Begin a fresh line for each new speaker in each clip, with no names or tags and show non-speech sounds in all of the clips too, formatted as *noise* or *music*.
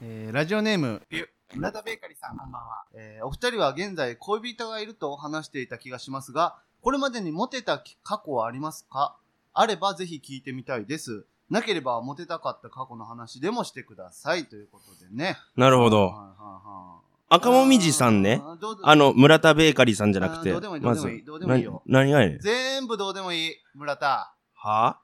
えーラジオネーム
村田ベーカリーさん、こんばんは。えーお二人は現在恋人がいると話していた気がしますが、これまでにモテた過去はありますかあればぜひ聞いてみたいです。なければモテたかった過去の話でもしてくださいということでね。
なるほ
はい
ど。
はいはい
赤もみじさんね。。
ーどうぞ
あの、村田ベーカリーさんじゃなく
あー
て。
どうでもいい
まず
どうでもいいどう
な何がやねん。
全部どうでもいい、村田。
はあ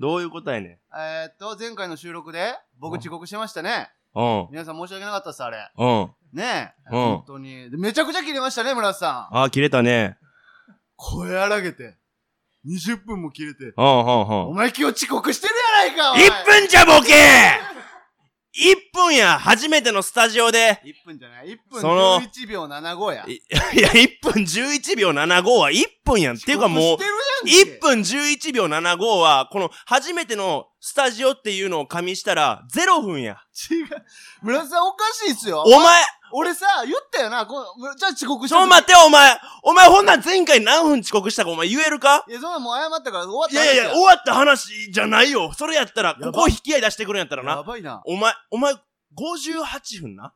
どういうことやねん。
えーっと、前回の収録で僕遅刻しましたね。
うん。
皆さん申し訳なかったです、あれ。
うん。
ねえ。
うん
本当に。でめちゃくちゃ切れましたね、村田さん。
ああ、切れたね。
声荒げて。20分も切れて。
うん、うん、う
お
ん。
前今日遅刻してるやないかおい
1分じゃボケ !1 分や初めてのスタジオで *laughs*
!1 分じゃない ?1 分
その
11秒75や。
いいや、1分11秒75は1分やん。っていうかもう
遅、刻してるやんけ
1分11秒75は、この初めてのスタジオっていうのを加味したら、0分や。
違う。村田さんおかしいっすよ
お。前、
俺さ、言ったよな。このじゃあ遅刻し
ち
て
ょ待ってよお前、お前ほんなん前回何分遅刻したかお前言えるか
いや、そんなもう謝ったから終わっ
い
た
やいやいや、終わった話じゃないよ。それやったら、
やば
ここ引き合い出してくるんやったら
や
な。
ばいな。
お前、お前、58
*laughs*
分な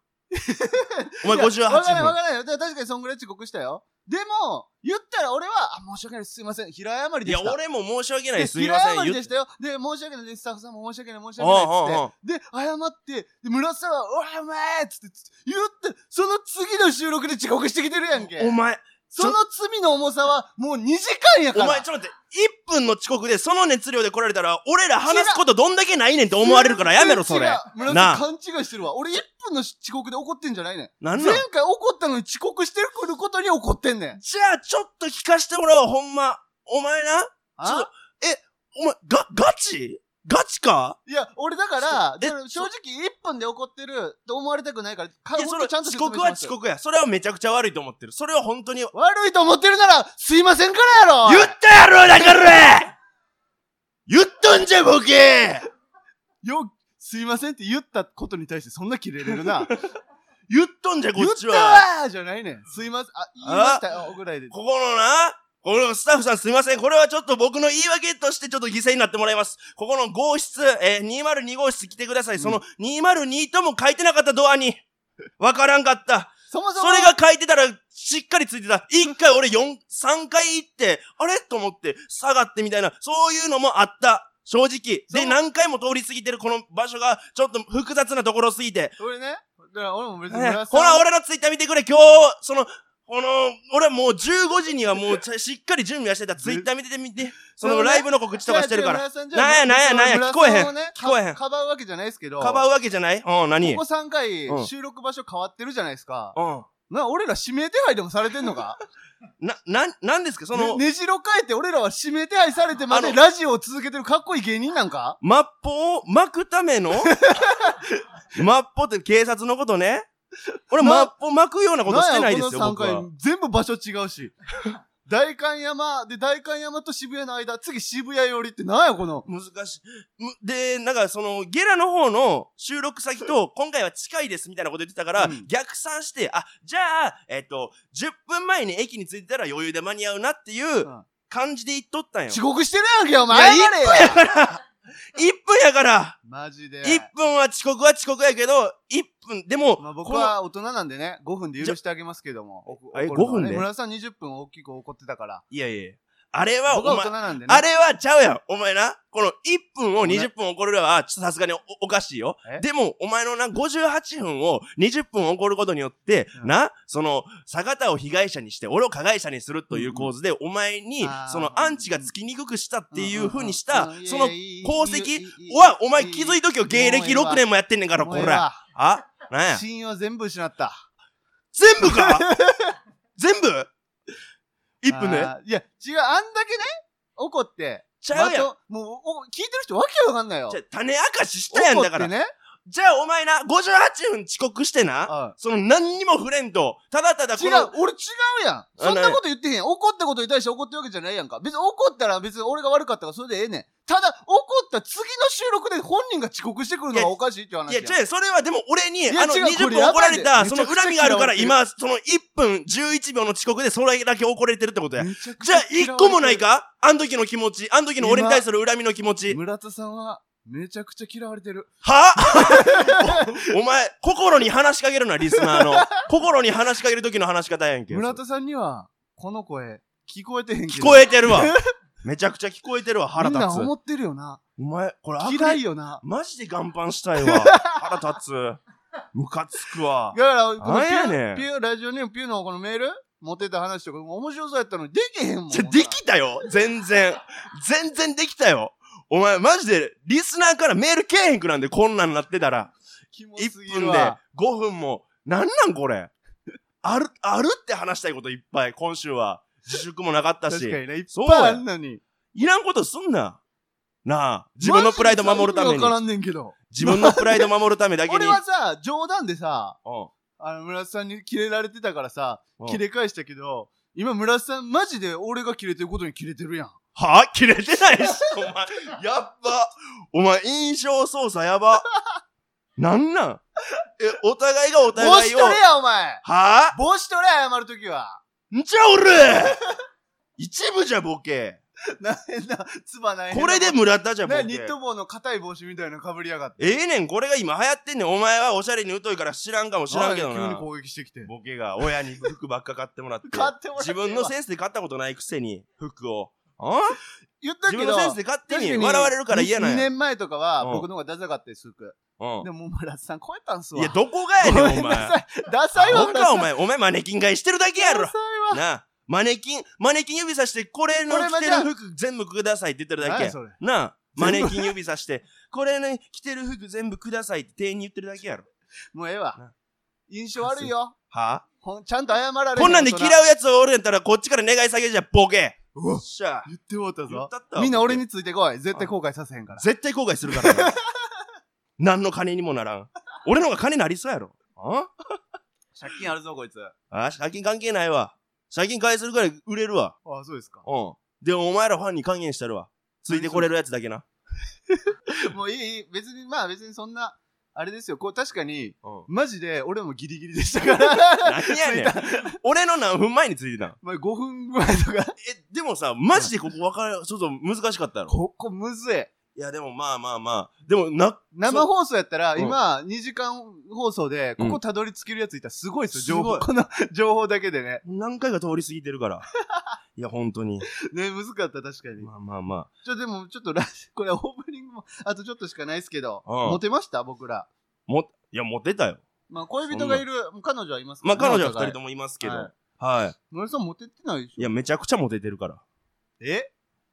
お前
いやわからないわから
58分。
ないよ。だから確かにそんぐらい遅刻したよ。でも、言ったら俺は、あ、申し訳ないです。すいません。平謝り
い
で
や、
した。
俺も申し訳ない
で
です。すみません。
平謝りでしたよ。で、申し訳ないです。スタッフさんも申し訳ない、申し訳ないっつって。で、謝って、で、村瀬さんは、おい、お前っつって、言って、その次の収録で遅刻してきてるやんけ。
お前、
その罪の重さは、もう2時間やか
お
ら。
前ちょっと待って、1分の遅刻でその熱量で来られたら、俺ら話すことどんだけないねんって思われるからやめろ、そ
違
れ
う。村瀬
なあ
勘違いしてるわ。俺1分の遅刻で怒ってんじゃないねん。
なん
前
なん
回怒ったのに遅刻してることに怒ってんねん。
じゃあ、ちょっと聞かしてもらおう、ほんま。お前な、
あ
ちょっとお前、が、ガチガチか
いや、俺だから、
え
だから正直1分で怒ってると思われたくないから、か
いや、
ほ
そ
ん
れ、
とちゃんと
遅
説明
刻
し
は
ます
遅刻や。それはめちゃくちゃ悪いと思ってる。それは本当に、言っ
悪いと思ってるなら、すいませんからやろおい
たやろ、だから *laughs* 言ったんじゃ、ボケ
よ、すいませんって言ったことに対してそんなキレれるな。
言ったんじゃ、こ
言っ
っち
た
は。
わーじゃないねん。すいません、あ、言いましたよ、ぐらいで。
ここのな、このスタッフさんすいません。これはちょっと僕の言い訳としてちょっと犠牲になってもらいます。ここの号室、えー、202号室来てください。その202とも書いてなかったドアに。わからんかった。
そもそ
そ
も、
れが書いてたら、しっかりついてた。一回俺四、三回行って、あれと思って、下がってみたいな、そういうのもあった。正直。
そ
で、
う
何回も通り過ぎてるこの場所が、ちょっと複雑なところすぎて。
俺ね、だから俺も別
ほ
に村
ら、
瀬さん
俺のツイッター見てくれ。今日、その、この、俺はもう15時にはもう
*laughs*
ちゃ、しっかり準備はしてた。ツイッター見ててみて、そのライブの告知とかしてるから。。
違う違う
なんやなんや
村瀬
なんや聞こえへん
さをね
聞こえへん
かかばうわけじゃないですけど。
かばうわけじゃないうん、何う
ここ3
う
回
ん
収録場所変わってるじゃないですか。
ん。
な、俺ら指名手配でもされてんのか
な、な、なんです *laughs* かその、
ねねじろ変えて俺らは指名手配されてま
あ
で
の
ラジオを続けてるかっこいい芸人なんか
マッポを巻くた
*laughs*
めのマッポって警察のことね。俺、
な
マッポ巻くようなことしてないです
な
よ、
んや
僕
この3
は
回。全部場所違うし代官山で代官山と渋谷の間次渋谷寄りってなんやこの
難しい。むで、なんか、その、ゲラの方の収録先と、今回は近いですみたいなこと言ってたから、
うん
逆算して、あ、じゃあ、えっと、10分前に駅に着いてたら余裕で間に合うなっていう
うん
感じで言っとったんよ。
遅刻してるやんけお前
いや
謝れよ
*laughs* 1分やから
マジで
!1 分は遅刻は遅刻やけど、1分、でも、
まあ、僕
この
は大人なんでね5分で許してあげますけども
あえ
怒るのはね
5分で
村田さん20分大きく怒ってたから
いやいや、あれは、お
僕は
前
大人、なんでね
あれはちゃうやん。お前な、この1分を20分怒るのは、ちょっとさすがにおおかしいよ
え。
でも、お前のな、58分を20分怒ることによって、
うん
な、その、坂田を被害者にして、俺を加害者にするという構図で、お前に
あ、ー
その、アンチがつきにくくしたっていう風にし
うん
た
うんうん、
その
いや、いや
功績
いいいい
は、お前気づいときよ、芸歴6年もやってんねんから、
も
こ
うええ
ら。
わ
あ、なんや。
信用全部失った
全
*laughs*
部か全部 ?1 分で
あーいや違うあんだけね怒って
ちゃう
ま
やん。
あもうお聞いてる人わけわかんないよ
じゃあ種明かししたやんだか
怒
ら
っ。てね
じゃあお前な、58分遅刻して
う
な、
ん
その何にも触れんと、ただただこ
違う
の、
俺違うやんそんなこと言ってへんやん怒ったことに対して怒ってるわけじゃないやんか別に怒ったら別に俺が悪かったからそれでええねんただ怒った次の収録で本人が遅刻してくるのがおかしいっていう話
いや、
ん
違う、それはでも俺に、
や
あの、
違う
20
これ
分
や
怒
ば
ら
いで
れた、その
めちゃくちゃ
恨みがあるから、
嫌
今、その1分11秒の遅刻でそれだけ怒れてるってことや。
めちゃくち
じゃあ、
嫌われてる
1個もないかあの時の気持ち、あの時の俺に対する恨みの気持ち。
村田さんはめちゃくちゃ嫌われてる。
は
*laughs*
おお前、心に話しかけるな、リスナーの。心に話しかける時の話し方やんけ。
村田さんには、この声、聞こえてへんけ
聞
ど。
こえてるわ。めちゃくちゃ聞こえてるわ、腹
みん
立
な
つ。
思ってるよな。
お前、これ悪
嫌い
い。
よな。
マジで岩盤した *laughs* いわ。腹立つ。ムカつくわ
だ。から、このピ
なんやね
ュー、
ん
ピューラジオネームピューのこのメールモテた話とか、面白そうやったのに、できへんもん。
じゃ、できたよ全然。全然できたよお前、マジで、リスナーからメールけえへんくなんで、こんなんなってたら。
キモすぎ
1
る
分で
わ。
5分も。なんなんこれ。ある、あるって話したいこといっぱい、今週は。自粛もなかったし
確。かにね、いっ
そう
ぱいあ
や
んのに。
いらんことすんな。なあ、自分のプライド守るため
マジで意味
に
わ。からんねんけど。
自分のプライド守るためだけに。
俺はさ、冗談でさ、
うん
あの、村田さんにキレられてたからさ、
うん
キレ返したけど、今村田さん、マジで俺がキレてることにキレてるやん。
はあ切れてない
*laughs*
し、お前。やっば。お前、印象操作やば。なんなんえ、お互いがお
帽
互
子
い
取
を。
れ
は
や、お前
あ
帽子取れ、謝るとき
*laughs*
は。
んじゃ
*laughs*
俺一部じゃボケ。
な変な、つばない。
これで村田じゃボ
ね、ニ
ケ
ッ。ト帽の硬い帽子みたいなの被りやがって。
ええねん、これが今流行ってんねん。お前はおしゃれに疎いから知らんかも知らんけど
急に
な。
攻撃してきて。
ボケが親に服ばっか買ってもらって。
買ってもらって
自
は
分のセンスで買ったことないくせに、服を。あ
言った
自
け
分
ど
のセンスで勝手
確か
に笑われるから嫌なん
2
や。
年前とかは
うん
僕の方がダサかったです服
うん
でも村田さん超えたんすわ
いや、どこがやねん、お前。
ごめんなさいダサいわ
ほんか、お
村
前。お前、マネキン買いしてるだけや
田さん
ろ
ダ。サいわ
なあ。マネキン、マネキン指さして、これの
これ
着
ま
て
で
る服全部くださいって言ってるだ
何
け
や
や。
それ
なあ。マネキン指さして、これの着てる服全部くださいって店員に言ってるだけやろ。
もうええ
な
わ印象悪いよ
は
ほんちゃんと謝られ
あこんなんで嫌
う
うやつがおるんやったら、こっちから願い下げじゃ、ボケ。よ
うわ
っしゃ。
言ってもうた
言っ
ぞ
たったわ
みんな俺
ボケ
についてこい絶対後悔させへんから
絶対後悔するからな。
*laughs*
何の金にもならん。俺の方が金なりそうやろ。あ
借金あるぞこいつあ
あ、借金関係ないわ。借金返するぐらい売れるわ。
あそうですか
うん。で、お前らファンに還元したるわ。ついてこれるやつだけな。
もういいいい別にまあ別にそんなあれですよこう確かに
うん。
マジで俺もギリギリでしたから
*laughs* 何やねん。俺の何分前についてたん
お前5分ぐらいとか
え、でもさ、マジでここ分かる、ちょっと難しかったやろ。
ここむずい
いや、でもまあまあまあ。でもな、
生放送やったら、
うん
今、2時間放送で、ここたどり着けるやついたらすごいですよ、
うん
情報。
す
この情報だけでね。
何回か通り過ぎてる *laughs* から。いや、本当に。
ね、難かった、確かに。
まあまあまあ。
ちょ、でも、ちょっとラジ、 *laughs* これオープニングも、あとちょっとしかないですけど、
うん
モテました僕ら。
も、いや、モテたよ。
まあ、恋人がいる、もう彼女はいます
まあ、彼女は二人と
も。
もいますけど。
はい
はい
森さんモテてないでしょ
いや、めちゃくちゃモテてるから。
え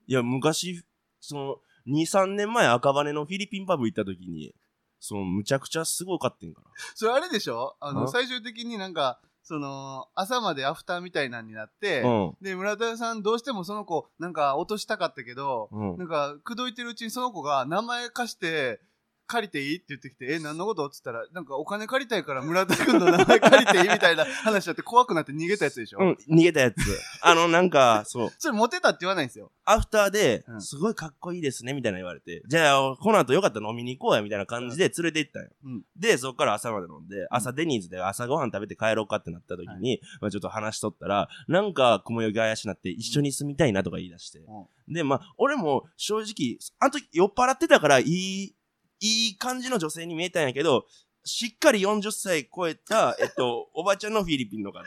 いや、昔、その、2、3年前赤羽のフィリピンパブ行った時に、その、むちゃくちゃすごかってんから。
それあれでしょあ
う
の、
ん
最終的になんか、その、朝までアフターみたいなんになって、
うん。
で、村田さんどうしてもその子、なんか落としたかったけど、
うん
な。んか、口説いてるうちにその子が名前貸して、借りていいって言ってきて、え、何のことって言ったら、なんかお金借りたいから村田君の名前借りていいみたいな話だって怖くなって逃げたやつでしょ、
うん、逃げ
*laughs*
たやつ。あの、なんか、そう、
それモテたって言わないんですよ。
アフターで
う、ん
すごいかっこいいですね、みたいな言われて、じゃあ、この後よかったら飲みに行こうや、みたいな感じで連れて行ったんよ。
うん
で、そっから朝まで飲んで、朝デニーズで朝ごはん食べて帰ろうかってなった時に、まあちょっと話しとったら、なんか雲行き怪しなって、一緒に住みたいなとか言い出して。
う
で、まあ、俺も正直、あの時酔っ払ってたから、いい、いい感じの女性に見えたんやけど、しっかり40歳超えた、えっと、おばちゃんのフィリピンの方。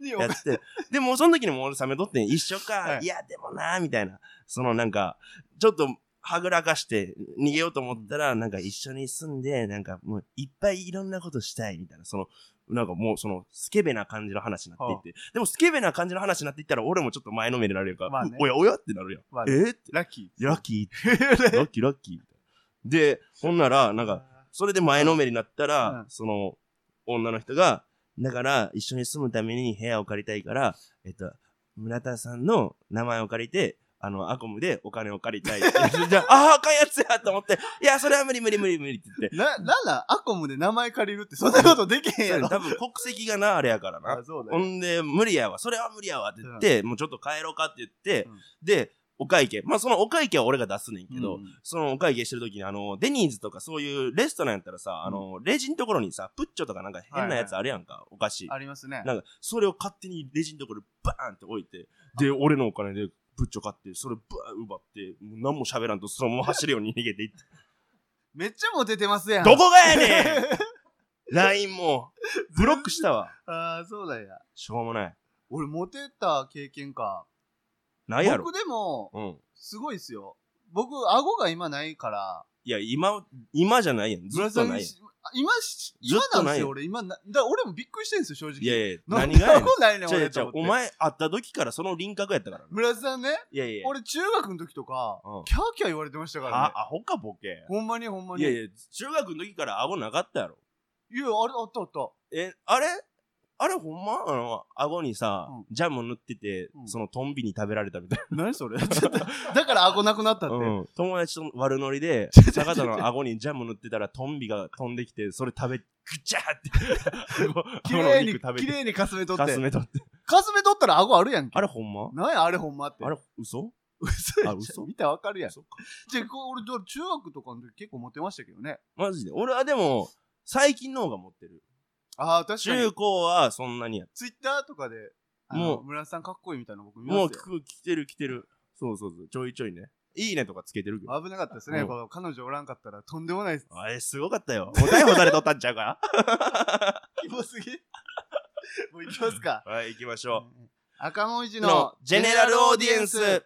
で
やって、でもその時にも俺冷めとってん、一緒か、
はい
い、や、でもな、みたいな、そのなんか、ちょっと、はぐらかして逃げようと思ったら、なんか一緒に住んで、なんかもういっぱいいろんなことしたいみたいな、その、なんかもうそのスケベな感じの話になっていって、でもスケベな感じの話になっていったら俺もちょっと前のめりになれるから、
まあね
おやおやってなるやん。
まあ
えーって、
ラッキ
ラッキ
*laughs*
ー、
ー。
ラッキー、ラッキーみたいな。で、ほんなら、なんか、それで前のめりになったら、
うん
その女の人が、だから一緒に住むために部屋を借りたいから、えっと、村田さんの名前を借りて、あの、アコムでお金を借りたいって。
*laughs*
じゃあ、ああ、あかんやつやと思って、いや、それは無理無理無理無理って言って。
な、なんなんアコムで名前借りるってそんなことできへんやろ。
多分国籍がな、あれやからな
あ。そうだ
ほ
よ。
んで、無理やわ、それは無理やわって言って、もうちょっと帰ろうかって言って、
うん
で、お会計。まあ、そのお会計は俺が出すねんけ
う
ど、
ん
そのお会計してる時に、あの、デニーズとかそういうレストランやったらさ、あの、レジのところにさ、プッチョとかなんか変なやつあるやんか、お菓子。
ありますね。
なんか、それを勝手にレジのところにバーンって置いて、で、俺のお金
*laughs*
でプッチョ買って、それバーン奪って、もう何も喋らんとそのまま走るように逃げていって。
めっちゃモテてますやん。
どこがや
*laughs*
ねん !LINE も、ブロックしたわ。
ああ、そうだや。
しょうもない。
俺、モテた経験か。
ないやろ。
僕でも、
うん。
すごいっすよ。僕、顎が今ないから、
いや、今、今じゃないやん。ずっとないやん。
し今し、今
ずっ
な
と
んで
な
す
いやん
よ、俺。今な、だ俺もびっくりしてんすよ、正直。
いやいや、
*laughs* なん
何
で
がやねん。
顎ないねん、
ちゃ
俺
うちゃ
と
う
思
お
って。
前会った時からその輪郭やったからな。
村田さんね、
いやいや。
俺、中学の時とか、
うん
キャーキャー言われてましたからね。
あ、アホかボケ。
ほんまにほんま
い
に。
や
いや、
いや、中学の時から顎なかったやろ。
あれ、あったあった。
え、あれあれほんまあの、顎にさ
うん、
ジャム塗ってて
う、ん
そのトンビに食べられたみたい
何それ *laughs* ちょっとだから顎なくなったっ
な。
て。
うん友達と悪ノリ *laughs* で、坂田の顎にジャム塗ってたらトンビが飛んできて、それ食べ、ぐちゃ *laughs* ーって、
綺
顎の
麗に
肉食、べ
綺
て、
麗にかすめとって。
か
か
す
すめ
めとって。
とったら顎あるやんけ。
あれほんま
なんや、あれほんまって。
あれ嘘
嘘や
あ嘘
見たらわかるやん。
嘘か
じゃあ、こ俺、ど中学とかの時結構モテましたけどね。
マジで。俺はでも、最近の方が持ってる。
ああ、確か
中
に。
高はそんなにやっ
ツイッターとかで、あの
もう
村田さんかっこいいみたいなの僕見
もう
ま
来
すよ。
く来てる来てる。そうそうそう。ちょいちょいね。いいねとかつけてるけど。
危なかったですね。
うん
この彼女おらんかったらとんでもないです。
あれすごかったよ。お逮捕されとったんちゃうか
キモすぎ。 *laughs* もう行きますか。
*laughs* はい、行きましょ
うん赤文字
う。
の
の、ジェネラルオーディエンス。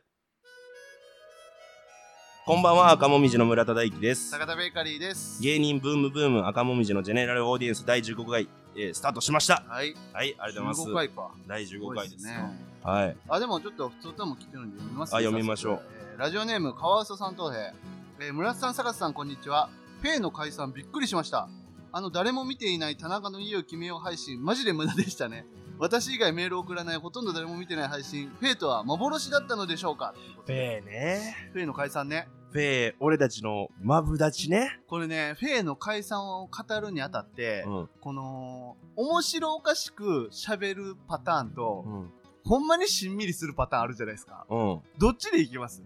こんばんは、赤もみじの村田大樹です。
坂田ベーカリーです。
芸人ブームブーム赤もみじのジェネラルオーディエンス第15回、えースタートしました。
はい。
はい、ありがとうござい
15回
ます。
か。
第15回です
すごい
よ
っ。
はい。
あ、でもちょっと普通とも来てるんで読みます
あ読みましょう
早速えーラジオネーム、カワウソさんとへ。えー、村瀬さん、坂瀬さん、こんにちは。ペイの解散びっくりしました。あの、誰も見ていない田中の家を決めよう配信、マジで無駄でしたね。私以外メール送らない、ほとんど誰も見てない配信、ペイとは幻だったのでしょうか
フェーね。
フェイの解散ね。
フェー、俺たちのマブダチね。
これね、フェイの解散を語るにあたって、
うん。
この、面白おかしく喋るパターンと、
うん。
ほんまにしんみりするパターンあるじゃないですか。
うん。
どっちでいきます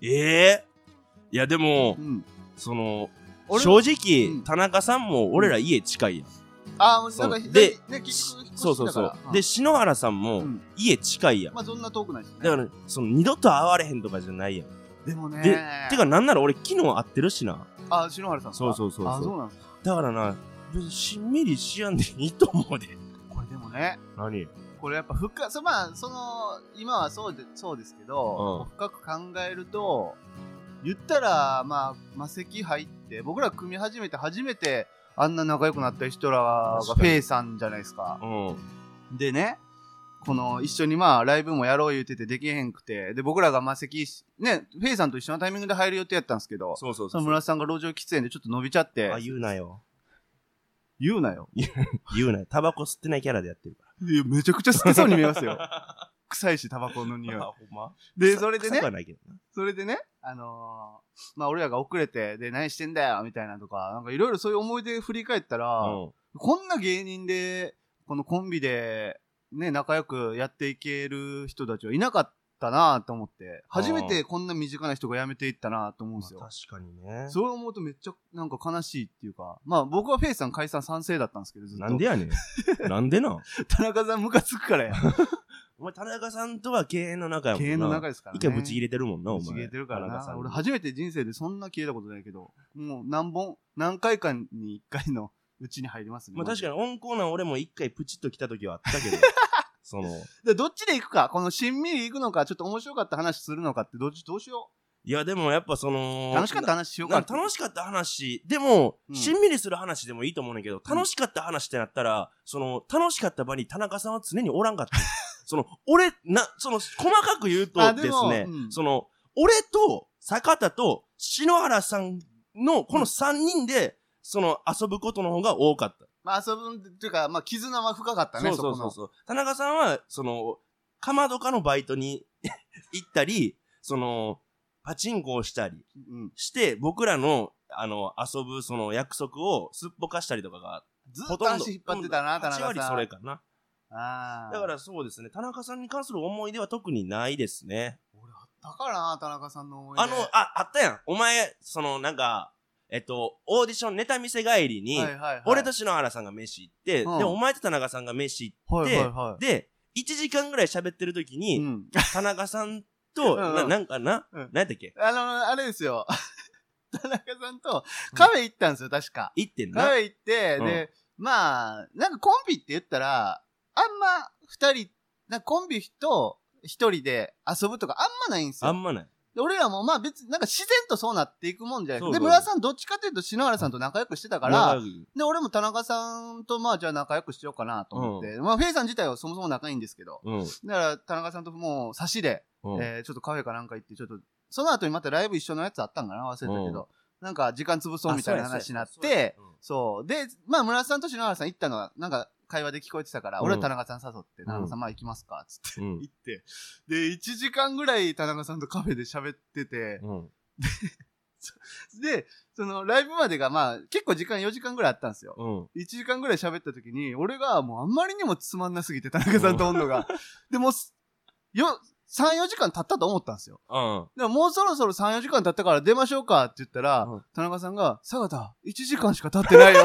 ええいや、でも
う、ん。
その、
俺
正直、
うん
田中さんも俺ら家近いやん。
あ
そ
あ、
う
なんか、
で
ね、ね、結局、
そうそうそう。
で
で、、篠原さん
う
も
ん
家近いやん。
まあ、そんな遠くないですね。
だから、その二度と会われへんとかじゃないやん。
でもね、
でてか、なんなら俺昨日会ってるしな。
あ、篠原さんですか
そうそうそうそう
あ、そうなんですか
だからな、別にしんみりしやんでいいと思うで。
これでもね、
何
これやっぱ深、そまあ、その、今はそうで、そうですけど、深く考えると、言ったら、まあ、魔石入って、僕ら組み始めて初めて、あんな仲良くなった人らが
確
フ
かに
ェイさんじゃないですか。
うん。
でね、この一緒にまあライブもやろう言うててできへんくて、で僕らがまあ席、ね、フェイさんと一緒のタイミングで入る予定やったんですけど、
そうそう
そ
そう
の。村瀬さんが路上喫煙でちょっと伸びちゃって、
あ、言うなよ。
言うなよ。
言うなよ。タバコ吸ってないキャラでやってるか
いや、めちゃくちゃ好きそうに見え
*laughs*
ますよ。
ら。
臭いし、タバコの匂い。
あ、ほんま
で、それで
臭く
ね
は、ないけどな。
それでね、あのーまあ俺らが遅れて、で、何してんだよ、みたいなとか、なんかいろいろそういう思い出振り返ったら、
うん。
こんな芸人で、このコンビで、ね、仲良くやっていける人たちはいなかったなと思って、
あー
初めてこんな身近な人が辞めていったなと思うん
ま
ですよ。
あ確かにね。
そう思うとめっちゃなんか悲しいっていうか、まあ僕はフェイスさん解散賛成だったんですけど、ずっと。
なんでやねん。なんでな。
田中さんムカつく
*laughs*
からや。
お前、田中さんとは経営の仲やもんな。
経営の中ですからね。
一回ぶち切れてるもんな、お
ぶ
前。
ち切れてるから
田中さ
な。
ん
俺初めて人生でそんな消えたことないけど、もう何本、何回かに一回のうちに入りますね。
まあ確かに温厚な俺も一回プチッと来た時はあった
*laughs*
けど、その、
で、どっちで行くか、このしんみり行くのか、ちょっと面白かった話するのかって、どっち、どうしよ
いやでもやっぱその
う。、楽しかった話しようか
な
って。
楽しかった話、でも、
うん
しんみりする話でもいいと思うねんだけど、楽しかった話ってなったら、その、楽しかった場に田中さんは常におらん
*laughs*
かった。その、俺、な、その、細かく言う
あ
と
で
で
も
すね、
うん
その、俺と坂田と篠原さんのこの3人で、その、遊ぶことの方が多かった。
まあ、遊ぶんっていうか、まあ、絆は深かったね、
そう
そ
そうそう
こ
そう。田中さんは、その、かまどかのバイトに *laughs* 行ったり、その、パチンコをしたり
の。うん。
して、僕らの、あの、遊ぶ、その約束をすっぽかしたりとかが、
ず
ほ
っと
とんど。
足引っ張ってたな、田中さん。
8割それかな。
ああ。
だからそうですね、田中さんに関する思い出は特にないですね。
俺、あったからな、田中さんの思い出。
あの、あ、あったやん。お前、その、なんか、えっと、オーディションネタ見せ帰りに、
はいはいはい、
俺と篠原さんが飯行って、
うん
で、お前と田中さんが飯行
はいはい
っ
は
て、1時間ぐらい喋ってる時
い。
に、
うん。
田中さんと、
うんうん
ななんかな、
うん
何やったっけ
あの、あれですよ。 *laughs* 田中さんとカフェ行ったんですよ、確か。
行ってん
カ
な
フ。ェ行って、
うん
で、まあ、なんかコンビって言ったら、あんま二人、なんかコンビと一人で遊ぶとかあんまないんです
あ
よ。
んまない。
で俺らもまあ別になんか自然とそうなっていくもんじゃな
そ
いうで、
そう
村田さんどっちかというと篠原さんと仲良くしてたから、
長い
で、俺も田中さんとまあじゃあ仲良くしようかなと思って、まあフェイさん自体はそもそも仲いいんですけど、
うん。
だから田中さんともう差しで、
うん
えーちょっとカフェかなんか行って、ちょっと、その後にまたライブ一緒のやつあったんかな忘れたけど、なんか時間潰そうみたいな話になっ、
あそうやそうや
て、
そう
そ
や
う。で、まあ村田さんと篠原さん行ったのは、なんか会話で聞こえてたから、
うん
俺は田中さん誘って、
ん
田中さんまあ行きますか、つって
*laughs* うん
行って。で、1時間ぐらい田中さんとカフェで喋ってて、
うん。
で、そのライブまでがまあ結構時間4時間ぐらいあったんですよ。
うん。
1時間ぐらい喋った時に、俺がもうあんまりにもつまんなすぎて、田中さんと温度が。で、もうす、よ、3、4時間経ったと思ったんですよ。
うん。
でももうそろそろ3、4時間経ったから出ましょうかって言ったら、
うん
田中さんが、坂田、1時間しか経ってないよ。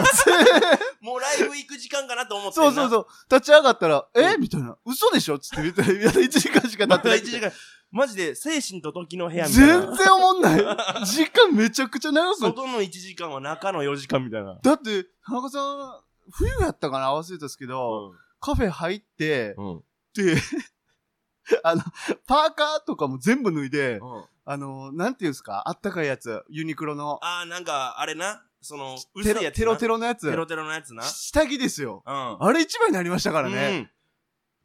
もうライブ行く時間かなと思ってん
そ
な。
うそうそう。立ち上がったら、え、
う
みたいな。嘘でしょつって言ったら、
*laughs*
いや1時間しか経
ま
って
た
ない
1 。時間。マジで、精神と時の部屋みたい
全
な。
然思ん
*laughs*
ない。時間めちゃくちゃ長く。
外の1時間は中の4時間みたいな。
だって、田中さん、冬やったかな忘れたんですけど、カフェ入って、
うん。うん。
で、 *laughs* あの、パーカーとかも全部脱いで、あの、なんていうんですかあったかいやつ。ユニクロの。
ああ、なんか、あれな。その、薄
テ
い
ロ
やつな。
テロテロのやつ
テ。ロテロのやつな。
下着ですよ。
うん。
あれ一枚になりましたから
う
ね。
ん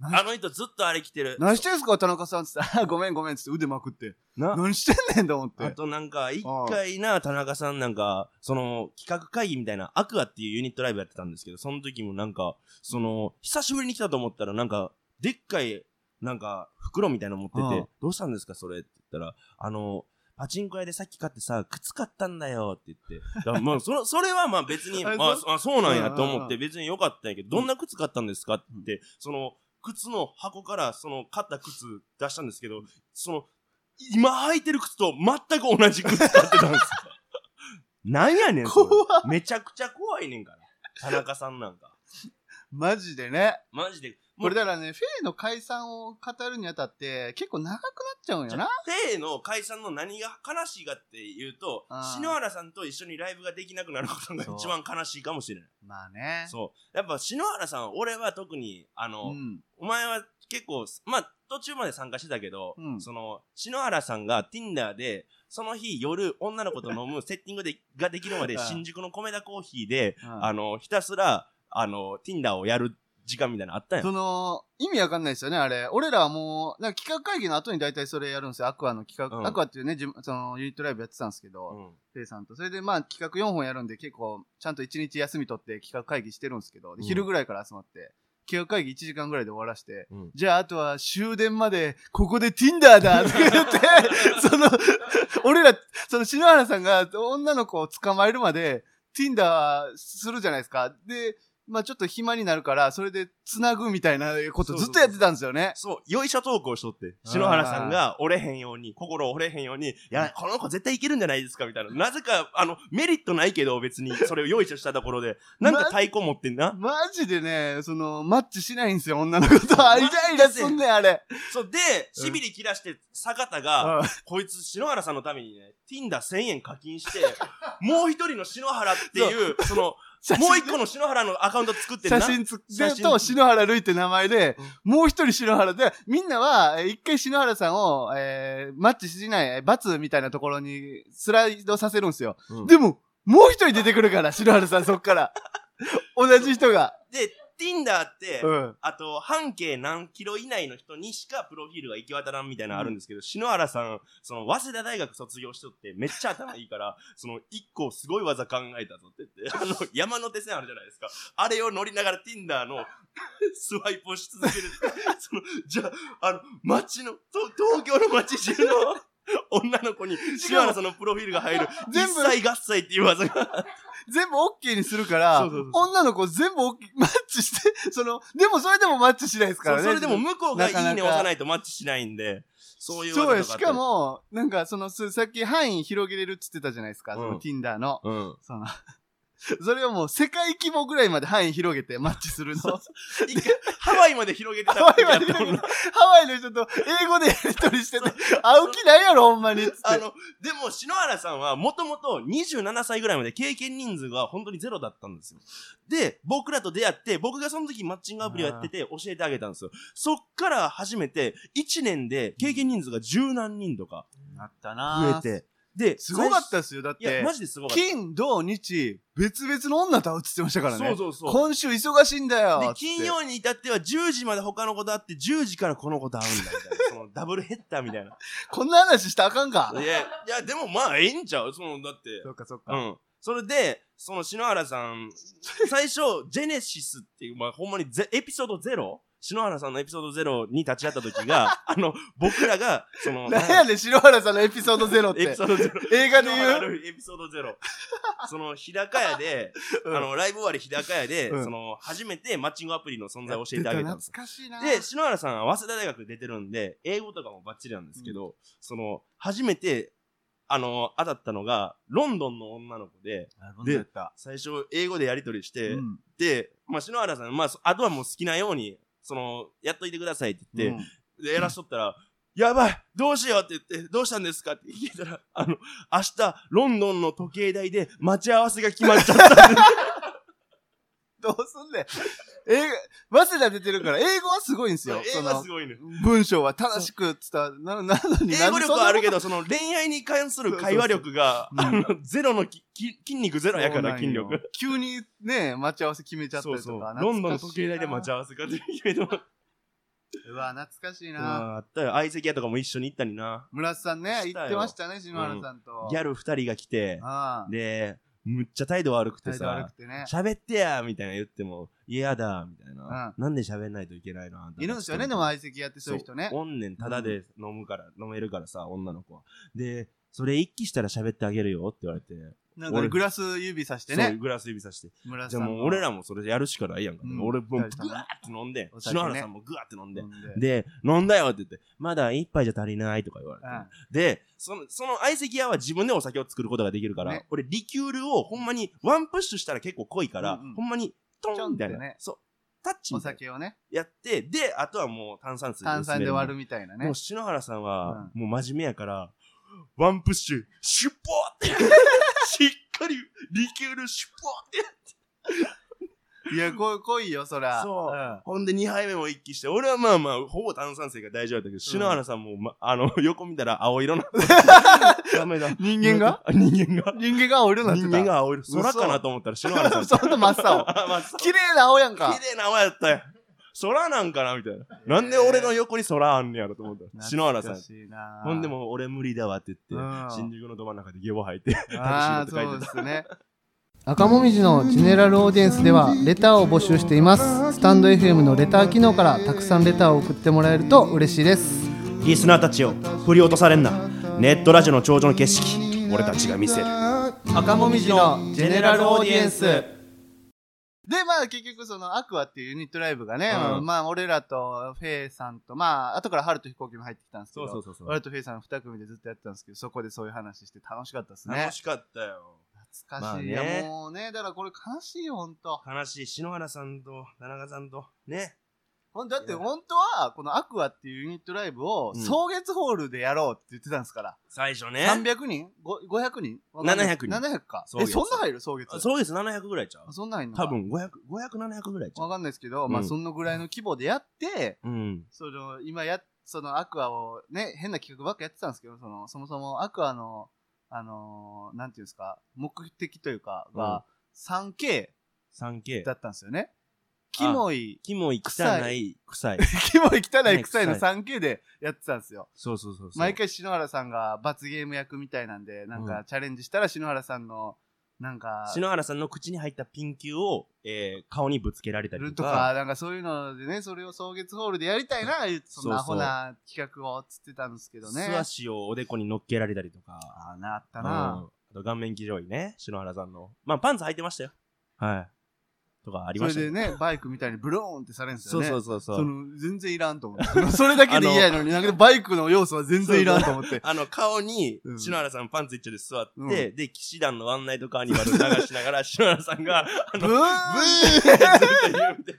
あの人ずっとあれ着てる。
何してんすか田中さんっつってあー、ごめんごめんっつって腕まくって。
な
何してんねんと思って
あ。となんか、一回な、田中さんなんか、その、企画会議みたいな、アクアっていうユニットライブやってたんですけど、その時もなんか、その、久しぶりに来たと思ったら、なんか、でっかい、なんか、袋みたいなの持って
うん
て、どうしたんですか、それって言ったら、あの、パチンコ屋でさっき買ってさ、靴買ったんだよって言って。だからまあ、それ、それはまあ別に、
あ
ま
れ
あ、そあそうなんやと
うんうん
思っ
う
て、別によかったんやけど、どんな靴買ったんですかって言って、その、靴の箱から、その、買った靴出したんですけど、その、今履いてる靴と全く同じ靴買ってたんです
*laughs*
よ。なんやねん、それ
怖
めちゃくちゃ怖いねんから。田中さんなんか。
マジでね。
マジで。も
こ
う
れだからね、フェイの解散を語るにあたって、結構長くなっちゃうんよな。
せーの解散の何が悲しいかっていうと
あー、
篠原さんと一緒にライブができなくなることが
そう
一番悲しいかもしれない。
まあね。
そう。やっぱ篠原さん、俺は特に、あの、
うん。
お前は結構、まあ、途中まで参加してたけど、
うん
その、篠原さんが Tinder で、その日夜女の子と飲むセッティングでができるまで
うん
新宿の米田コーヒーで、
うん
あの、ひたすら、あの、Tinder をやる時間みたいなのあったやん。
その、意味わかんないですよね、あれ。俺らはもう、なんか企画会議の後に大体それやるんですよ。アクアの企画、
うん
アクアっていうね、じむそのユニットライブやってたんですけど、
うん
ペイさんと。それでまあ企画4本やるんで結構、ちゃんと1日休み取って企画会議してるんですけど、で
うん
昼ぐらいから集まって、企画会議1時間ぐらいで終わらして、
うん
じゃあ、あとは終電まで、ここで Tinder
*laughs*
だとか言って、その、俺ら、その篠原さんが女の子を捕まえるまで、Tinder するじゃないですか。で、まあちょっと暇になるから、それで繋ぐみたいなことずっとやってたんですよね。
そう、よいしょ投稿しとって、篠原さんが折れへんように、心折れへんように、いや、この子絶対いけるんじゃないですか、みたいな。なぜか、あの、メリットないけど、別に、それをよいしょしたところで、なんか太鼓持ってんな。
マジでね、その、マッチしないんですよ、女の子と。あイライラすんねん、あれ。
そう、で、しびり切らして、坂田が、こいつ、篠原さんのためにね、Tinder1000 円課
*laughs*
金して、もう一人の篠原っていう、その、
写真
もう一個の篠原のアカウント作ってん
写
な。
真つ
写
で
真
と篠原るいって名前で、もう一人篠原で、みんなは、えー一回篠原さんを、えーマッチしない、えー罰みたいなところにスライドさせるんですよ。
うん
でも、もう一人出てくるから、篠原さんそっ
*laughs*
から。同じ人が。
で、Tinder って、
うん。
あと、半径何キロ以内の人にしかプロフィールが行き渡らんみたいなのあるんですけど、篠原さん、その、早稲田大学卒業しとって、めっちゃ頭いいから、その、一個すごい技考えたぞって
*laughs*
言って、あの、山手線あるじゃないですか。あれを乗りながら Tinder のスワイプをし続ける。
*laughs*
その、じゃあ、あの、街の、と東京の街中の女の子に篠原さんのプロフィールが入る、
*laughs* 全部
一切合切っていう技が。
全部オッケーにするから、
そうそうそうそ
女の子全部オッケーマッチして、その、でもそれでもマッチしないですから
そう
ね。
それでも向こうがいい
なかなか
ね押さないとマッチしないんで、そういう技
そうや、
とか
し
って
か、も、なんか、その、すさっき範囲広げれるっつってたじゃないですか、
うん
その *laughs* Tinder の。
うん。
その、それをもう世界規模ぐらいまで範囲広げてマッチするの。
一回ハワイまで広げて
ハ
た
ワイ
時
ま
や
で
ったもんな
ハワイの人と英語でやりとりしてて、会う気ないやろ、ほんまに。つって。
あの、でも、篠原さんは、もともと27歳ぐらいまで経験人数が本当にゼロだったんですよ。で、僕らと出会って、僕がその時マッチングアプリをやってて、教えてあげたんですよ。そっから初めて、1年で経験人数が十何人とか
なった
増
な
えて。で、。
すごかったたですよ。だっ
いや、
て
マ、ジですごかった。
金、土、日、別々の女と会うって言ってましたからね。
そうそうそう。
今週忙しいんだよ。
で
つって
金曜に至っては10時まで他の子と会って10時からこの子と会うんだみたいなそのダブルヘッダーみたいな
こんな話 *laughs* したらあかんか。
いやいやでもまあええんちゃうそのだって
そっかそっ
う。ん。それで、その篠原さ
*laughs*
ん、最初、ジェネシスっていう、まあ、ほんまにゼエピソードゼロ篠原さんのエピソードゼロに立ち会った時
*laughs*
が、あの、僕らが、その、
なんやねん、篠原さんのエピソードゼロっ
エピ
て。
ソードゼロ。
映画で言
篠原
う。
のエピソードゼロ。その、日高屋で、
*laughs* うん
あの、ライブ終わり日高屋で、
うん
その、初めてマッチングアプリの存在を教えてあげたんです
懐かしいな。
で、篠原さんは早稲田大学出てるんで、英語とかもバッチリなんですけど、その、初めて、あの、当たったのが、ロンドンの女の子で、で
で、た。
最初英語でやり取りして、
うん
で、まあ、篠原さん、まあ、そあとはもう好きなようにそのやっといてくださいって言って、でやらしとったら、やばいどうしようって言って、どうしたんですかって聞いたら、あの、明日、ロンドンの時計台で待ち合わせが決まっちゃったんで。
どうすんねん。英語、早稲田出てるから、英語はすごいんです *laughs* よ。
英語はすごいね。
その文章は正しく伝わる。な、なのに、
英語力はあるけ
ど、
ど、その恋愛に関する会話力が、
そうそうそう
あの *laughs* ゼロのきき筋肉ゼロやから、筋力。。
急にね、待ち合わせ決めちゃったり
そう
とか。
そ
懐かし
う。ロ
いな
ンドンの時計台で待ち合わせがって決めてもらっ
うわ、懐かしい
た。
な。
あったよ。相席屋とかも一緒に行ったりな。
村瀬さんね、
し
行
たよ
ってましたね、篠原さんと。
ギャル二人が来て、
ああ。
で、むっちゃ態度悪くて
態度悪
さ
く、てね。
喋ってやみたいな言っても、嫌だみたいな
う。
なんで喋んないといけないのあた
いるんですよね、でも相席やってそういう人ね
そう。おんねん、ただで飲むから、飲めるからさ、女の子は。で、それ一気したら喋ってあげるよって言われて、
なんかね
俺
グラス指さして
そう
ね、
グラス指さして。
村瀬
じゃ
さ
あ
んの。
もう俺らもそれやるしかないやんか。
うん
俺もうグワー
二人とも
って飲んで、
お酒ね
篠原さんもグワーって飲んで
飲。んで
で、飲んだよって言って、まだ一杯じゃ足りないとか言われて。
うん
で、その、その相席屋は自分でお酒を作ることができるから、
ね
俺リキュールをほんまにワンプッシュしたら結構濃いから、
うんうん
ほんまにト
ちょ
ー
んっ
ンみ
て
た
ね
いな。そう。タッチ
お
みたいな
酒をね、
やって、で、あとはもう炭酸水
炭酸で割る
る。
みたいな
も
ね
う。篠原さんは、もう真面目やから、ワンプッシュ、シュッポーって
*laughs*
しっかりリキュールシュッポーって。
いや、こ濃いよ、そら。
そう
うん
ほんで2杯目も一気して、俺はまあまあ、ほぼ炭酸水が大丈夫だったけど、篠原さんも、ま、あの、横見たら
*laughs*
青色な。ダメだ。
人間が
あ人間が
人間が青色になって
人
た。
間が青色。
嘘
空かなと思ったら篠原さ
*laughs*
ん。
そんな真っ
*laughs*
青
あ真っ青
綺麗な青やんか
綺。麗な青やったよ。空なんかなみたい
*laughs*
な。なんで俺の横に空あんねやろと思ったら。篠原さん。
ん
ほんで、もう俺無理だわって言
う
っ
ん
て、新宿のど真ん中でゲボ吐いて。
ああ、
楽し
そ
いこ
う
と書いてた
ですね。赤もみじのジェネラルオーディエンスではレターを募集していますスタンド FM のレター機能からたくさんレターを送ってもらえると嬉しいです
リスナーたちを振り落とされんな。ネットラジオの頂上の景色、俺たちが見せる。
赤もみじの
ジェネラルオーディエンス
でまあ結局そのアクアっていうユニットライブがね、
うん
まあ俺らとフェイさんとまあ後から春と飛行機も入ってきたんですけど
そうそうそうそう
俺とフェイさんの2組でずっとやってたんですけどそこでそういう話して楽しかったですね
楽しかったよ。
懐かしい、
まあね
いやもうねだからこれ悲しいよほんと
悲しい篠原さんと田中さんとね
ほんだって
いや
本当はこのアクアっていうユニットライブを
うん
草月ホールでやろうって言ってたんですから、
最初ね
300人ご ?500 人わかんない
700人
700か
草
え
月
そんな入る草月
あそうです700ぐらいちゃう
あそんな入んのか
多分500700ぐらいちゃ
わ
う
かんないですけど、まあ
うん
そのぐらいの規模でやって、
うん
その今や、そのアクアをね、変な企画ばっかやってたんですけど、そのそもそもアクアの、あのーなんていうんですか、目的というかが、3K だ
3K
ったんですよね。キモい、
*laughs* キモい汚い臭い
キモい汚い
ね
臭いの
臭
3K でやってたんですよ。
そうそうそうそう
毎回篠原さんが罰ゲーム役みたいなんで、なん
う
かチャレンジしたら篠原さんの、なんか、
篠原さんの口に入ったピン球を、えー顔にぶつけられたり
ると
とか
か、なんかそういうのでね、それを草月ホールでやりたいな、言ってそんなアホな企画をつってたんですけどね。
素足をおでこに乗っけられたりとか
ああ、なった
うん
な。
あと顔面騎乗位ね篠原さんのまあパンツ履いてましたよはいとかあり
そ
ま
れ
した
で
ね。
ね、バイクみたいにブローンってされるんです
そ
よ
う
ね。
そうそうそう。
その全然いらんと思って。 *laughs* それだけで嫌やのに、なんかバイクの要素は全然いらんと思って。
あの、顔に
う、ん
篠原さんパンツ一丁で座って、
うん
で、騎士団のワンナイトカーニバルを流しな
*laughs*
がら、篠原さんが、あ
ブ
*laughs* の、ブー
ー
って *laughs* ずっと言うみ
*laughs*
たい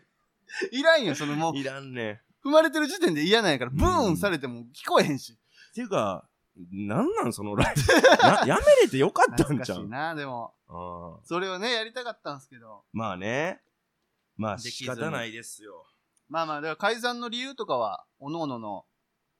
いらんよ、そのもう
な。いらんねん。っ
踏まれてる時点で嫌なんやから、ブーンされても聞こえへんし。
ていうか、なんなんそのライブ。 *laughs* なやめれてよかった
懐
ん
か
じ
し
ゃ
い
ん。
な、でも。
うん
それをね、やりたかったんですけど。
まあね。まあ
でき
仕
ずに
方ないですよ。
まあまあ、だから解散の理由とかは、おのおのの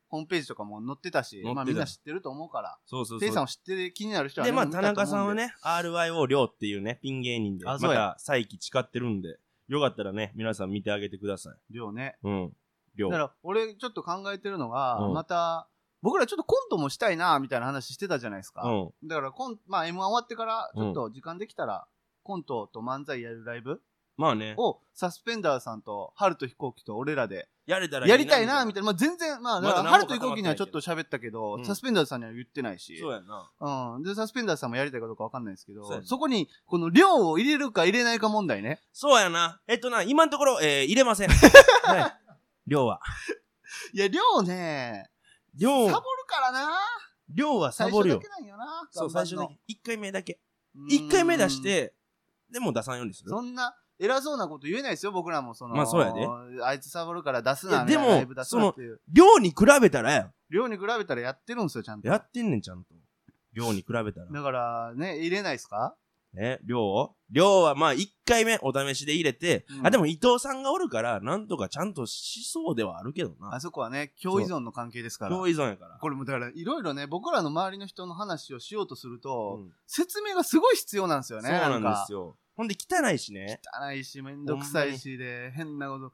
ホームページとかも載ってたし、
載ってた
まあみんな知ってると思うから、
そうそう
テイさ
そ
ん
う。
を知って気になる人は
で、
ね、
まあ、
見
田
たと思うんで
中さんは。ね、RYO 亮っていうね、ピン芸人で、ま
あそうや
た再起誓ってるんで、よかったらね、皆さん見てあげてください。
量ね。
うん。亮
だか。ら、俺ちょっと考えてるのが、
うん
また、僕らちょっとコントもしたいな、みたいな話してたじゃないですか。
うん。
だからコン、まあ M1 終わってから、ちょっと時間できたら、コントと漫才やるライブ
まあね。
を、サスペンダーさんと、春と飛行機と俺らで、
やれたら
やりたいな、み
み
た
たい
いな。まあ全然、まあ、
ま
だ
だ
から
何も
春と飛行機にはちょっと喋ったけど、
うん
サスペンダーさんには言ってないし。
な。そうやな。
うん。で、サスペンダーさんもやりたいかどうかわかんないですけど、
そうや
そ
ね
こに、この量を入れるか入れないか問題ね。
そうやな。えっとな、今のところ、えー入れ
*laughs*
ません。はい。量は。
いや、量ね、
量
サボるからな。
量はサ
最
ボ
初
る
だ
よ
け。なんよな。
そう、
頑
最初
張ん
だ
の
け。1回目だけ。
うん
1回目出し、て、でも出さんようにする。
そんな、偉そうなこと言えないですよ、僕らも。その、
まあそうやで
あいつサボるから出す
いや
な、みたいな
でも
ライブ出すなっていう。
量に比べたらや。
量に比べたらやってるんですよ、ちゃんと。
やってんねん、ちゃんと。量に比べたら。
だから、ね、入れないですか
ね、量を量はまあ1回目お試しで入れて、
うん
あ、でも伊藤さんがおるから、なんとかちゃんとしそうではあるけどな
あ。そこはね、共依存の関係ですから。
量依存やから。
これもだから、いろいろね、僕らの周りの人の話をしようとすると、
うん
説明がすごい必要なんですよ
そ
ね。
うなん
か
ですよ。ほんで汚いしね。
汚いし、めんどくさいしで、変なこと。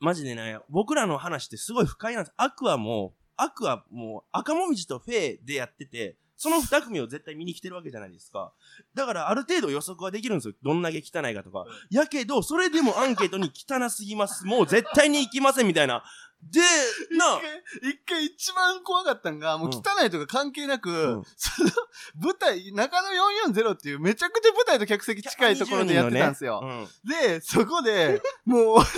マジでね、僕らの話ってすごい不快なんです。アクアも、アクアも赤もみじとフェイでやってて、その二組を絶対見に来てるわけじゃないですか。だからある程度予測はできるんですよ。どんだけ汚いかとか。やけど、それでもアンケートに汚すぎます。もう絶対に行きませんみたいな。で、な、
一回、一回一番怖かったんが、もう
うん
汚いとか関係なく、
うん
その、 *laughs* 舞台、中野440っていうめちゃくちゃ舞台と客席近いところでやってたんですよ。
うん。
で、そこで、もう、 *laughs*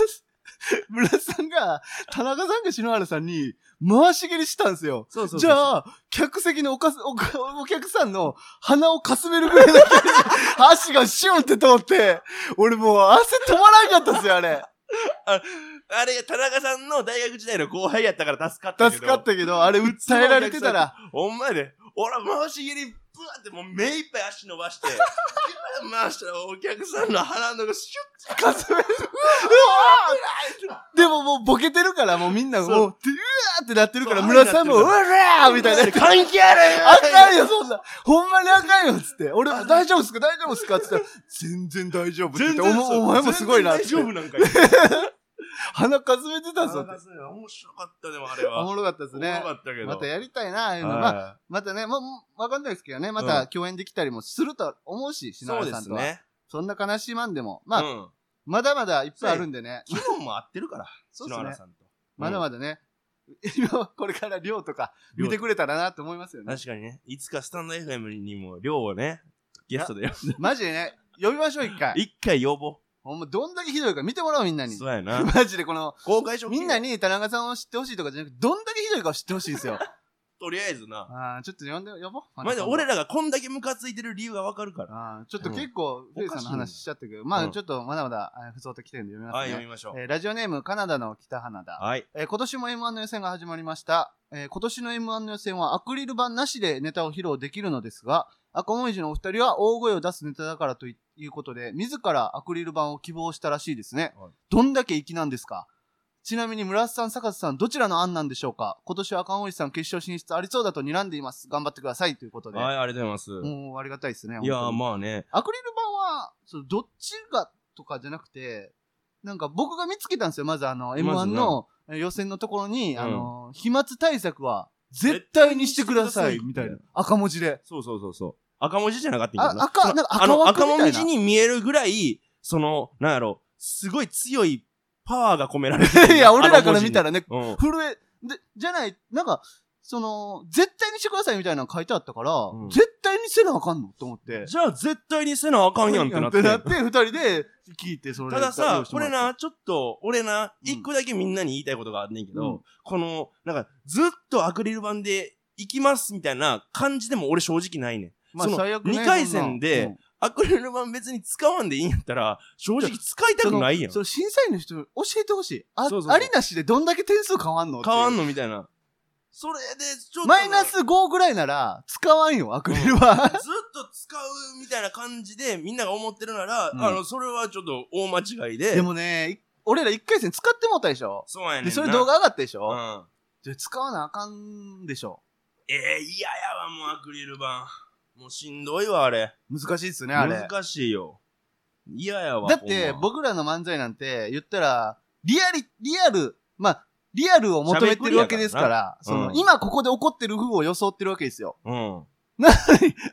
村田さんが、田中さんが篠原さんに回し蹴りしたんですよ。
そうそうそう
じゃあ、客席のおかすおかお客さんの鼻をかすめるぐらいの距離で足がシュンって通って、俺もう汗止まらんかったですよ、あれ。
あれ、田中さんの大学時代の後輩やったから助かったけど。
助かったけど、あれ訴えられてたら、
ほんまやで、俺は回し蹴り、ブワってもう目いっぱい足伸ばして、ビューって回したらお客さんの鼻のとこシ
かすめる。うわーでももうボケてるから、もうみんなもう、
そう
うわーってなってるから、
そう
村田さんも、
あ
う
あな
ら
ュ
ー
ッ
みたいな。 *laughs*
関係ある
あかんよ、そんな。ほんまにあかんよ、つって。俺も大丈夫っすか大丈夫っすかつったら、全然大丈夫って言って。お前お前もすごいなって。
全然大丈夫なんか言って。
*laughs* 鼻かすめてた
田
んすよ
中
って。
さん面白かったでもあれは。
おもろかったです
面
ね
白。かったけど。
またやりたいな、ああいうの。まあ、
は
またね、ま、わかんないですけどね、また共演できたりもすると思うし、
い
篠
そう
原
で
さん
す
とは。
ね。
そんな悲しいまんでも。
う
まあ、
ん。
まだまだいっぱいあるんでね。
昨日も会ってるから、
そう
篠
ですね
原。さんと。
まだ
だ。
まだね、今これから量とか見てくれたらなと思いますよね。
確かにね、いつかスタンド FM にも量をね、ゲストで呼んで
マジでね、呼びましょう、一回。
一回呼ぼ
ほんま、どんだけひどいか見てもらおう、みんな
う。
に。
そう
*laughs*
やな。
マジでこの、
公開処刑
みんなに田中さんを知ってほしいとかじゃなくて、どんだけひどいかを知ってほしいんですよ。
とりあえずな。
あーちょっと呼んで、呼ぼう。
まあ、でも俺らがこんだけムカついてる理由がわかるから。
あーちょっと結構、
うん
フェイさんの話しちゃったけど、ま
う
あ
ん
ちょっとまだまだ、あー不相と来てるんで読みま
はい、
す
読
ね。
みましょう。
えーラジオネーム、カナダの北花田。
はい。
えー今年も M1 の予選が始まりました。えー今年の M1 の予選はアクリル板なしでネタを披露できるのですが、赤もみじのお二人は大声を出すネタだからといいうことで、自らアクリル板を希望したらしいですね。
はい
どんだけ粋なんですかちなみに村瀬さん、坂瀬さん、どちらの案なんでしょうか今年は赤もみじさん決勝進出ありそうだと睨んでいます。頑張ってくださいということで。
はい、ありがとうございま
もうありがたいですね。
す。いやー、
本当に
まあね。
アクリル板は、そのどっちがとかじゃなくて、なんか僕が見つけたんですよ。まずあの、
ま
M1
ずな
のえ予選のところに、
うん
あの、飛沫対策は絶対にしてください、
絶対に
み
して
た
くださ
い
い
な。赤文字で。 *laughs*
そうそうそうそう。赤文字じゃなかったんや
あ
け、ど
赤、
そ
なん
の
か
あ
赤
の、
枠
赤
みた
文
いな。
字に見えるぐらい、その、なんやろ、すごい強いパワーが込められ
*laughs*
て
いや、俺らから見た
ら。
らね、
うん。
震え、で、じゃない、なんか、その、絶対にしてくださいみたいなの書いてあったから、
うん
絶対にせなあかんのと思って。
じゃあ絶対にせなあかんやんってなっ
*laughs*
て。
なって、二人で聞いて、それ
たださ、これ
ん
な、ちょっと、俺な、
うん
一個だけみんなに言いたいことがあんねんけど、
うん
この、なんか、ずっとアクリル板で行きますみたいな感じでも俺正直ないねん。
まあ、
その
最悪ね
二回戦で、
そんな
アクリル板別に使わんでいいんやったら、正直使いたくないや
う
ん
ん。その審査員の人、教えてほしい。あ
そうそうそう
ありなしでどんだけ点数変わんのっていう
変わんのみたいな。それで、ちょっとね、
マイナス5ぐらいなら、使わんよ、アクリルは。
ずっと使うみたいな感じでみんなが思ってるなら、
うん
あの、それはちょっと大間違いで。
でもね、い俺ら1回戦使ってもうたでしょ
そうやねんな。
で、それ動画上がったでし
う
ょ
ん。
で使わなあかんでしょ
ええ嫌やわ、もうアクリル板。もうしんどいわ、あれ。
難しいっすね、あれ。
難しいよ。嫌やわ。
だって
ほ、んま、
僕らの漫才なんて、言ったら、リアリ、リアル、まあ、リアルを求めてるわけですから、
喋りやからな
その、
うん
今ここで起こってる風を装ってるわけですよ。
うん。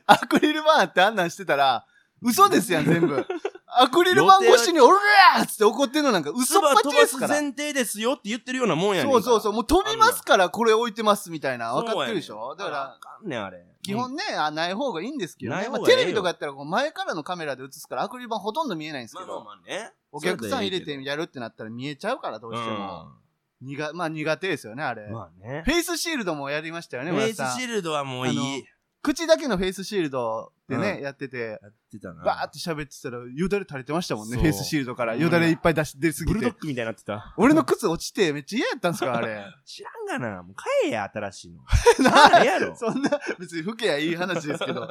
アクリル板ってあんなんしてたら、嘘ですやん、全部。アクリル板越しに、おるやーっつって怒ってるのなんか嘘っぱ
唾
ち
飛
です
ばす
から。
前提ですよって言ってるようなもんやねん
そうそうそう、もう飛びますから、これ置いてますみたいな、
そうやね
分
ん。
かってるでしょだから
あ、かんねん、あれ。
基本ね、あない方がいいんですけど
な
ね。
い
ま
方
あ、
がええ
テ
よ
レビとかやったらこう前からのカメラで映すからアクリル板ほとんど見えないんです
ま
け
あまあ
ど、
まあね。
お客さん入れて
み
やるってなったら見えちゃうからどうしても。にがまあ苦手ですよね、あれ。
まあね
フ。ェイスシールドもやりましたよね、
フェ
村
イ
田さ
ス
ん
シ。ールドはもういい。
口だけのフェイスシールドでね、
う
やってて、
やってたな。
バーって喋ってたらよだれ垂れてましたもんね、
そう
フェイスシールドから。よだれいっぱい出し出すぎ
ブルドッ
て。
グみたいになってた。
俺の靴落ちてめっちゃ嫌やったんですから、あ
*laughs*
れ。 *laughs*
知らんがな。もう買えや、新しいの。
な
ええやろ。
そんな、別に吹けやいい話ですけど。 *laughs*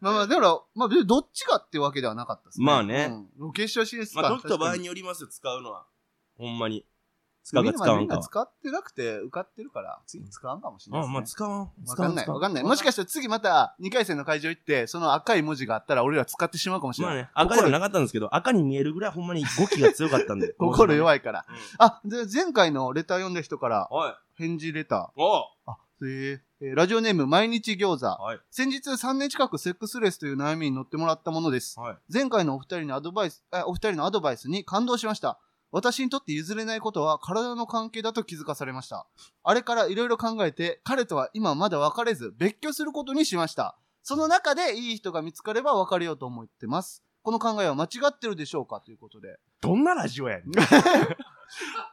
まあまあ、だから、まあ別にどっちがってわけではなかったですね。
まあね
うん。ロケーションシーですか
まあ、時と場合
確か
によりますよ、使うのは。ほんまに。使
み
うんか
な
使わん
みん
か
な
は。
使ってなくて受かってるから、次使わんかもしれない
あ、
です、ね。
まあ、使わん。
わかんない。わかんない。もし
か
かしたら次また2回戦の会場行って、その赤い文字があったら俺ら使ってしまうかもしれ
ま
な
あ
い。
ね、赤じゃなかったんですけど、赤に見えるぐらいほんまに語気が強かったんで。
心
い。
弱いから。あ、で、前回のレター読んだ人から
おい。
返事レタ
おう
ー。あ、えー、えーラジオネーム毎日餃子。
はい。
先日3年近くセックスレスという悩みに乗ってもらったものです。
はい。
前回のお二人のアドバイス、あお二人のアドバイスに感動しました。私にとって譲れないことは体の関係だと気づかされました。あれからいろいろ考えて、彼とは今まだ別れず、別居することにしました。その中でいい人が見つかれば別れようと思ってます。この考えは間違ってるでしょうかということで。
どんなラジオやねん。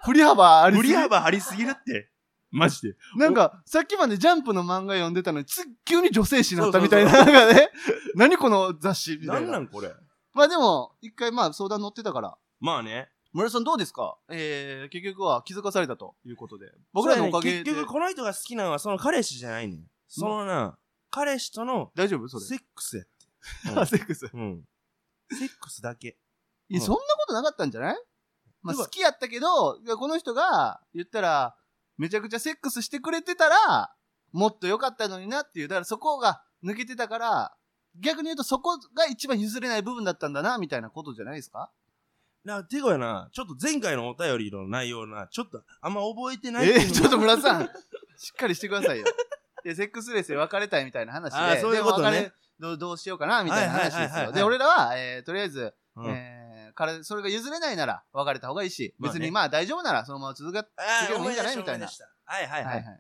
振り幅ありす
振
ぎ
り幅ありすぎるって。マジで。
*laughs* なんか、さっきまでジャンプの漫画読んでたのに、つ急に女性誌になったみたいな、
そ
なんかね、 *laughs* 何この雑誌みた
ないん
な。
なんこれ。
まあでも、一回まあ相談乗ってたから、
まあね。
村田さんどうですかえー、結局は気づかされたということで。僕らのおかげ
そうや
で。
ね結局、この人が好きなのはその彼氏じゃないねん。そのな、彼氏との
大丈夫それ。
セックスや
あ
っ
セックス。
て。うん。セックスだけ。
いや、
うん
そんなことなかったんじゃないまあ
でも
好きやったけど、いやこの人が、言ったら、めちゃくちゃセックスしてくれてたら、もっと良かったのになっていう。だからそこが抜けてたから、逆に言うとそこが一番譲れない部分だったんだな、みたいなことじゃないですか
な、てこやな、ちょっと前回のお便りの内容な、ちょっとあんま覚えてない
え
いう
ー、
の
ちょっと村田さん、しっかりしてくださいよ。で、セックスレスで別れたいみたいな話で、
あーそういうことね
で別れどうどうしようかなみたいな話
は
で
いはい
す
はいはいは
よ。
い
で、俺らは、えーとりあえず、
うん
えーから、それが譲れないなら別れた方がいいし、
まあね
別にまあ大丈夫ならそのまま続か、
あ
次は
あ、
も
思
ういい
い
んじ
出
ゃない
した、
みた
思
い
い
な
出した。はいはい
は
はい。
はいい。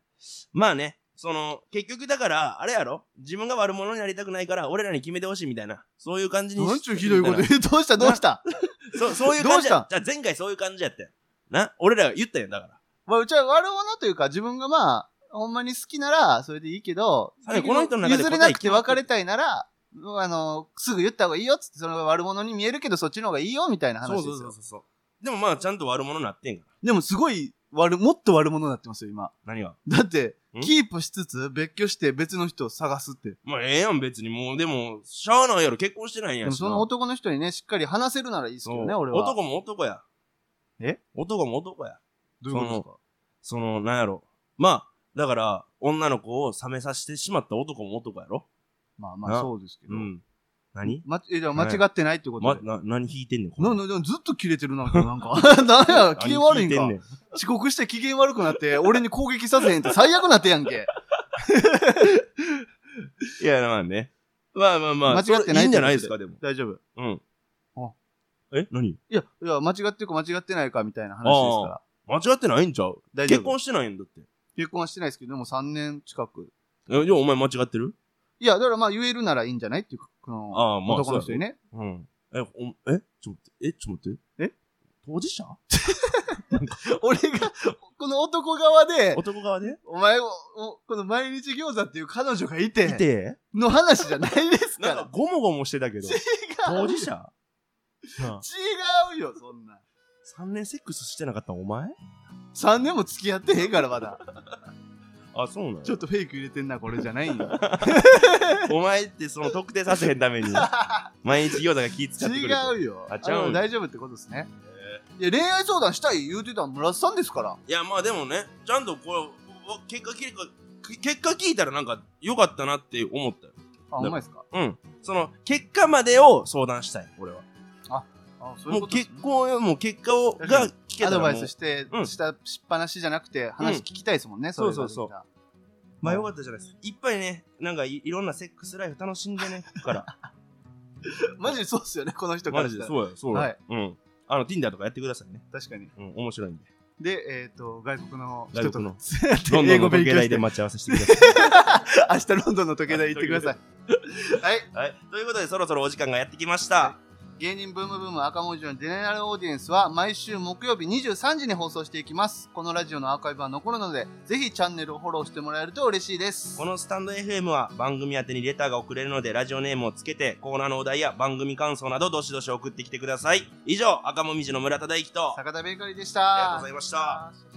まあね、その、結局だから、あれやろ自分が悪者になりたくないから、俺らに決めてほしいみたいな。そういう感じにし。
なんちゅうひどいこと言
み
う。どうしたどうした
たいなそう、そういう感じ
どう
や
し
じゃあ前回そういう感じやったよ。な俺らが言ったよ、だから。
まあ、うちは悪者というか、自分がまあ、ほんまに好きなら、それでいいけど、
はいこの人の中で
譲れなくて別れたいなら、うんあの、すぐ言った方がいいよっつって、それが悪者に見えるけど、そっちの方がいいよ、みたいな話
そ
で
う
すよ。
そうそうそう。でもまあ、ちゃんと悪者になってんから。
でもすごい悪、もっと悪者になってますよ、今。
何が
だって、
ん
キープしつつ、別居して別の人を探すって。
まあ、ええやん、別に。もう、でも、しゃあないやろ。結婚してないん
で
や
も
しな。
その男の人にね、しっかり話せるならいいですけどね、
そう
俺は。
男も男や。
え
男も男や。
どういうことですか
その、なんやろ。まあ、だから、女の子を冷めさせてしまった男も男やろ。
まあまあ、
な
そうですけど。
ん。何
ま、え、でも間違ってないってこと
ま、
で。
な、何弾いてんねん、こ
な
れ
んで、でもずっとキレてるな、
*laughs*
なんか。 *laughs* なんや、機嫌悪いん
何弾
か
てね。ん
遅刻して機嫌悪くなって、俺に攻撃させへんって最悪な手やん
*laughs*
け。
いや、まあね。まあまあまあ、
間違ってない
それいいんじ
ってことで
ゃないですか、でも。
大丈夫。
うん。
あ
え何
いや、いや、間違ってるか間違ってないかみたいな話ですから。
間違ってないんちゃう
大丈夫
結婚してないんだって。
結婚はしてないですけど、でも3年近く。
えじゃあお前間違ってる
いや、だからまあ言えるならいいんじゃないっていう、この、
ああ、まあ、
男の人にね。
そうやね。うん。え、おえ、ちょっと待って、え、ちょっと待って。
え
当事者
俺が、この男側で、
男側で
お前を、おこの毎日餃子っていう彼女がい
い
て、
て。
の話じゃないですか
なん
ら
か。ゴモゴモしてたけど。当
*laughs*
事者
違うよ、そんな。
?3 年セックスしてなかったんお前
3年も付き合ってへんからまだ。
あ、そうなの
ちょっとフェイク入れてんな、これじゃないんよ。
*laughs* お前ってその特定させへんた
*laughs*
めに、毎日餃子が気使ってくれて。
違うよ。
あちゃうんや
の大丈夫ってことですね。いや、恋愛相談したい言うてたの村瀬さんですから。
いや、まあでもね、ちゃんとこれ、わ結果聞いた結果聞いたらなんか良かったなって思ったよ。
あ、うまいですか
うん。その、結果までを相談したい、俺は。
あ、そういう
もう
ことです
結
ね
婚よ、もう結果を、が聞け
ア
たら
ド
もう。
バイスして、
うん
したしっぱなしじゃなくて話聞きたいですもんね、れが
そうそうそう
できたら
まあよかったじゃないですか。いっぱいね、なんかいいろんなセックスライフ楽しんでね、から。
*laughs* マジでそうっすよねこの人か
マ
ら
ジで、
う
そうや、そうや。
はい
うん。あの、Tinder とかやってくださいね。
確かに
うん、面白いんで。
でえっ、と外国の人と
外国
*laughs*
のロンド
英
ンの
語勉
時計
強
台
し
で
て明
待ち合わせしてください。
日ロンドンの時計台行ってください *laughs* はい
はい。ということで、そろそろお時間がやってきました。
芸人ブームブーム赤文字のジェネラルオーディエンスは毎週木曜日23時に放送していきますこのラジオのアーカイブは残るのでぜひチャンネルをフォローしてもらえると嬉しいです
このスタンド FM は番組宛てにレターが送れるので、ラジオネームをつけて、コーナーのお題や番組感想など、どしどし送ってきてください。以上、赤もみじの村田大樹と、あり
坂田ベーカリーでし
がとう
た
ございました。
した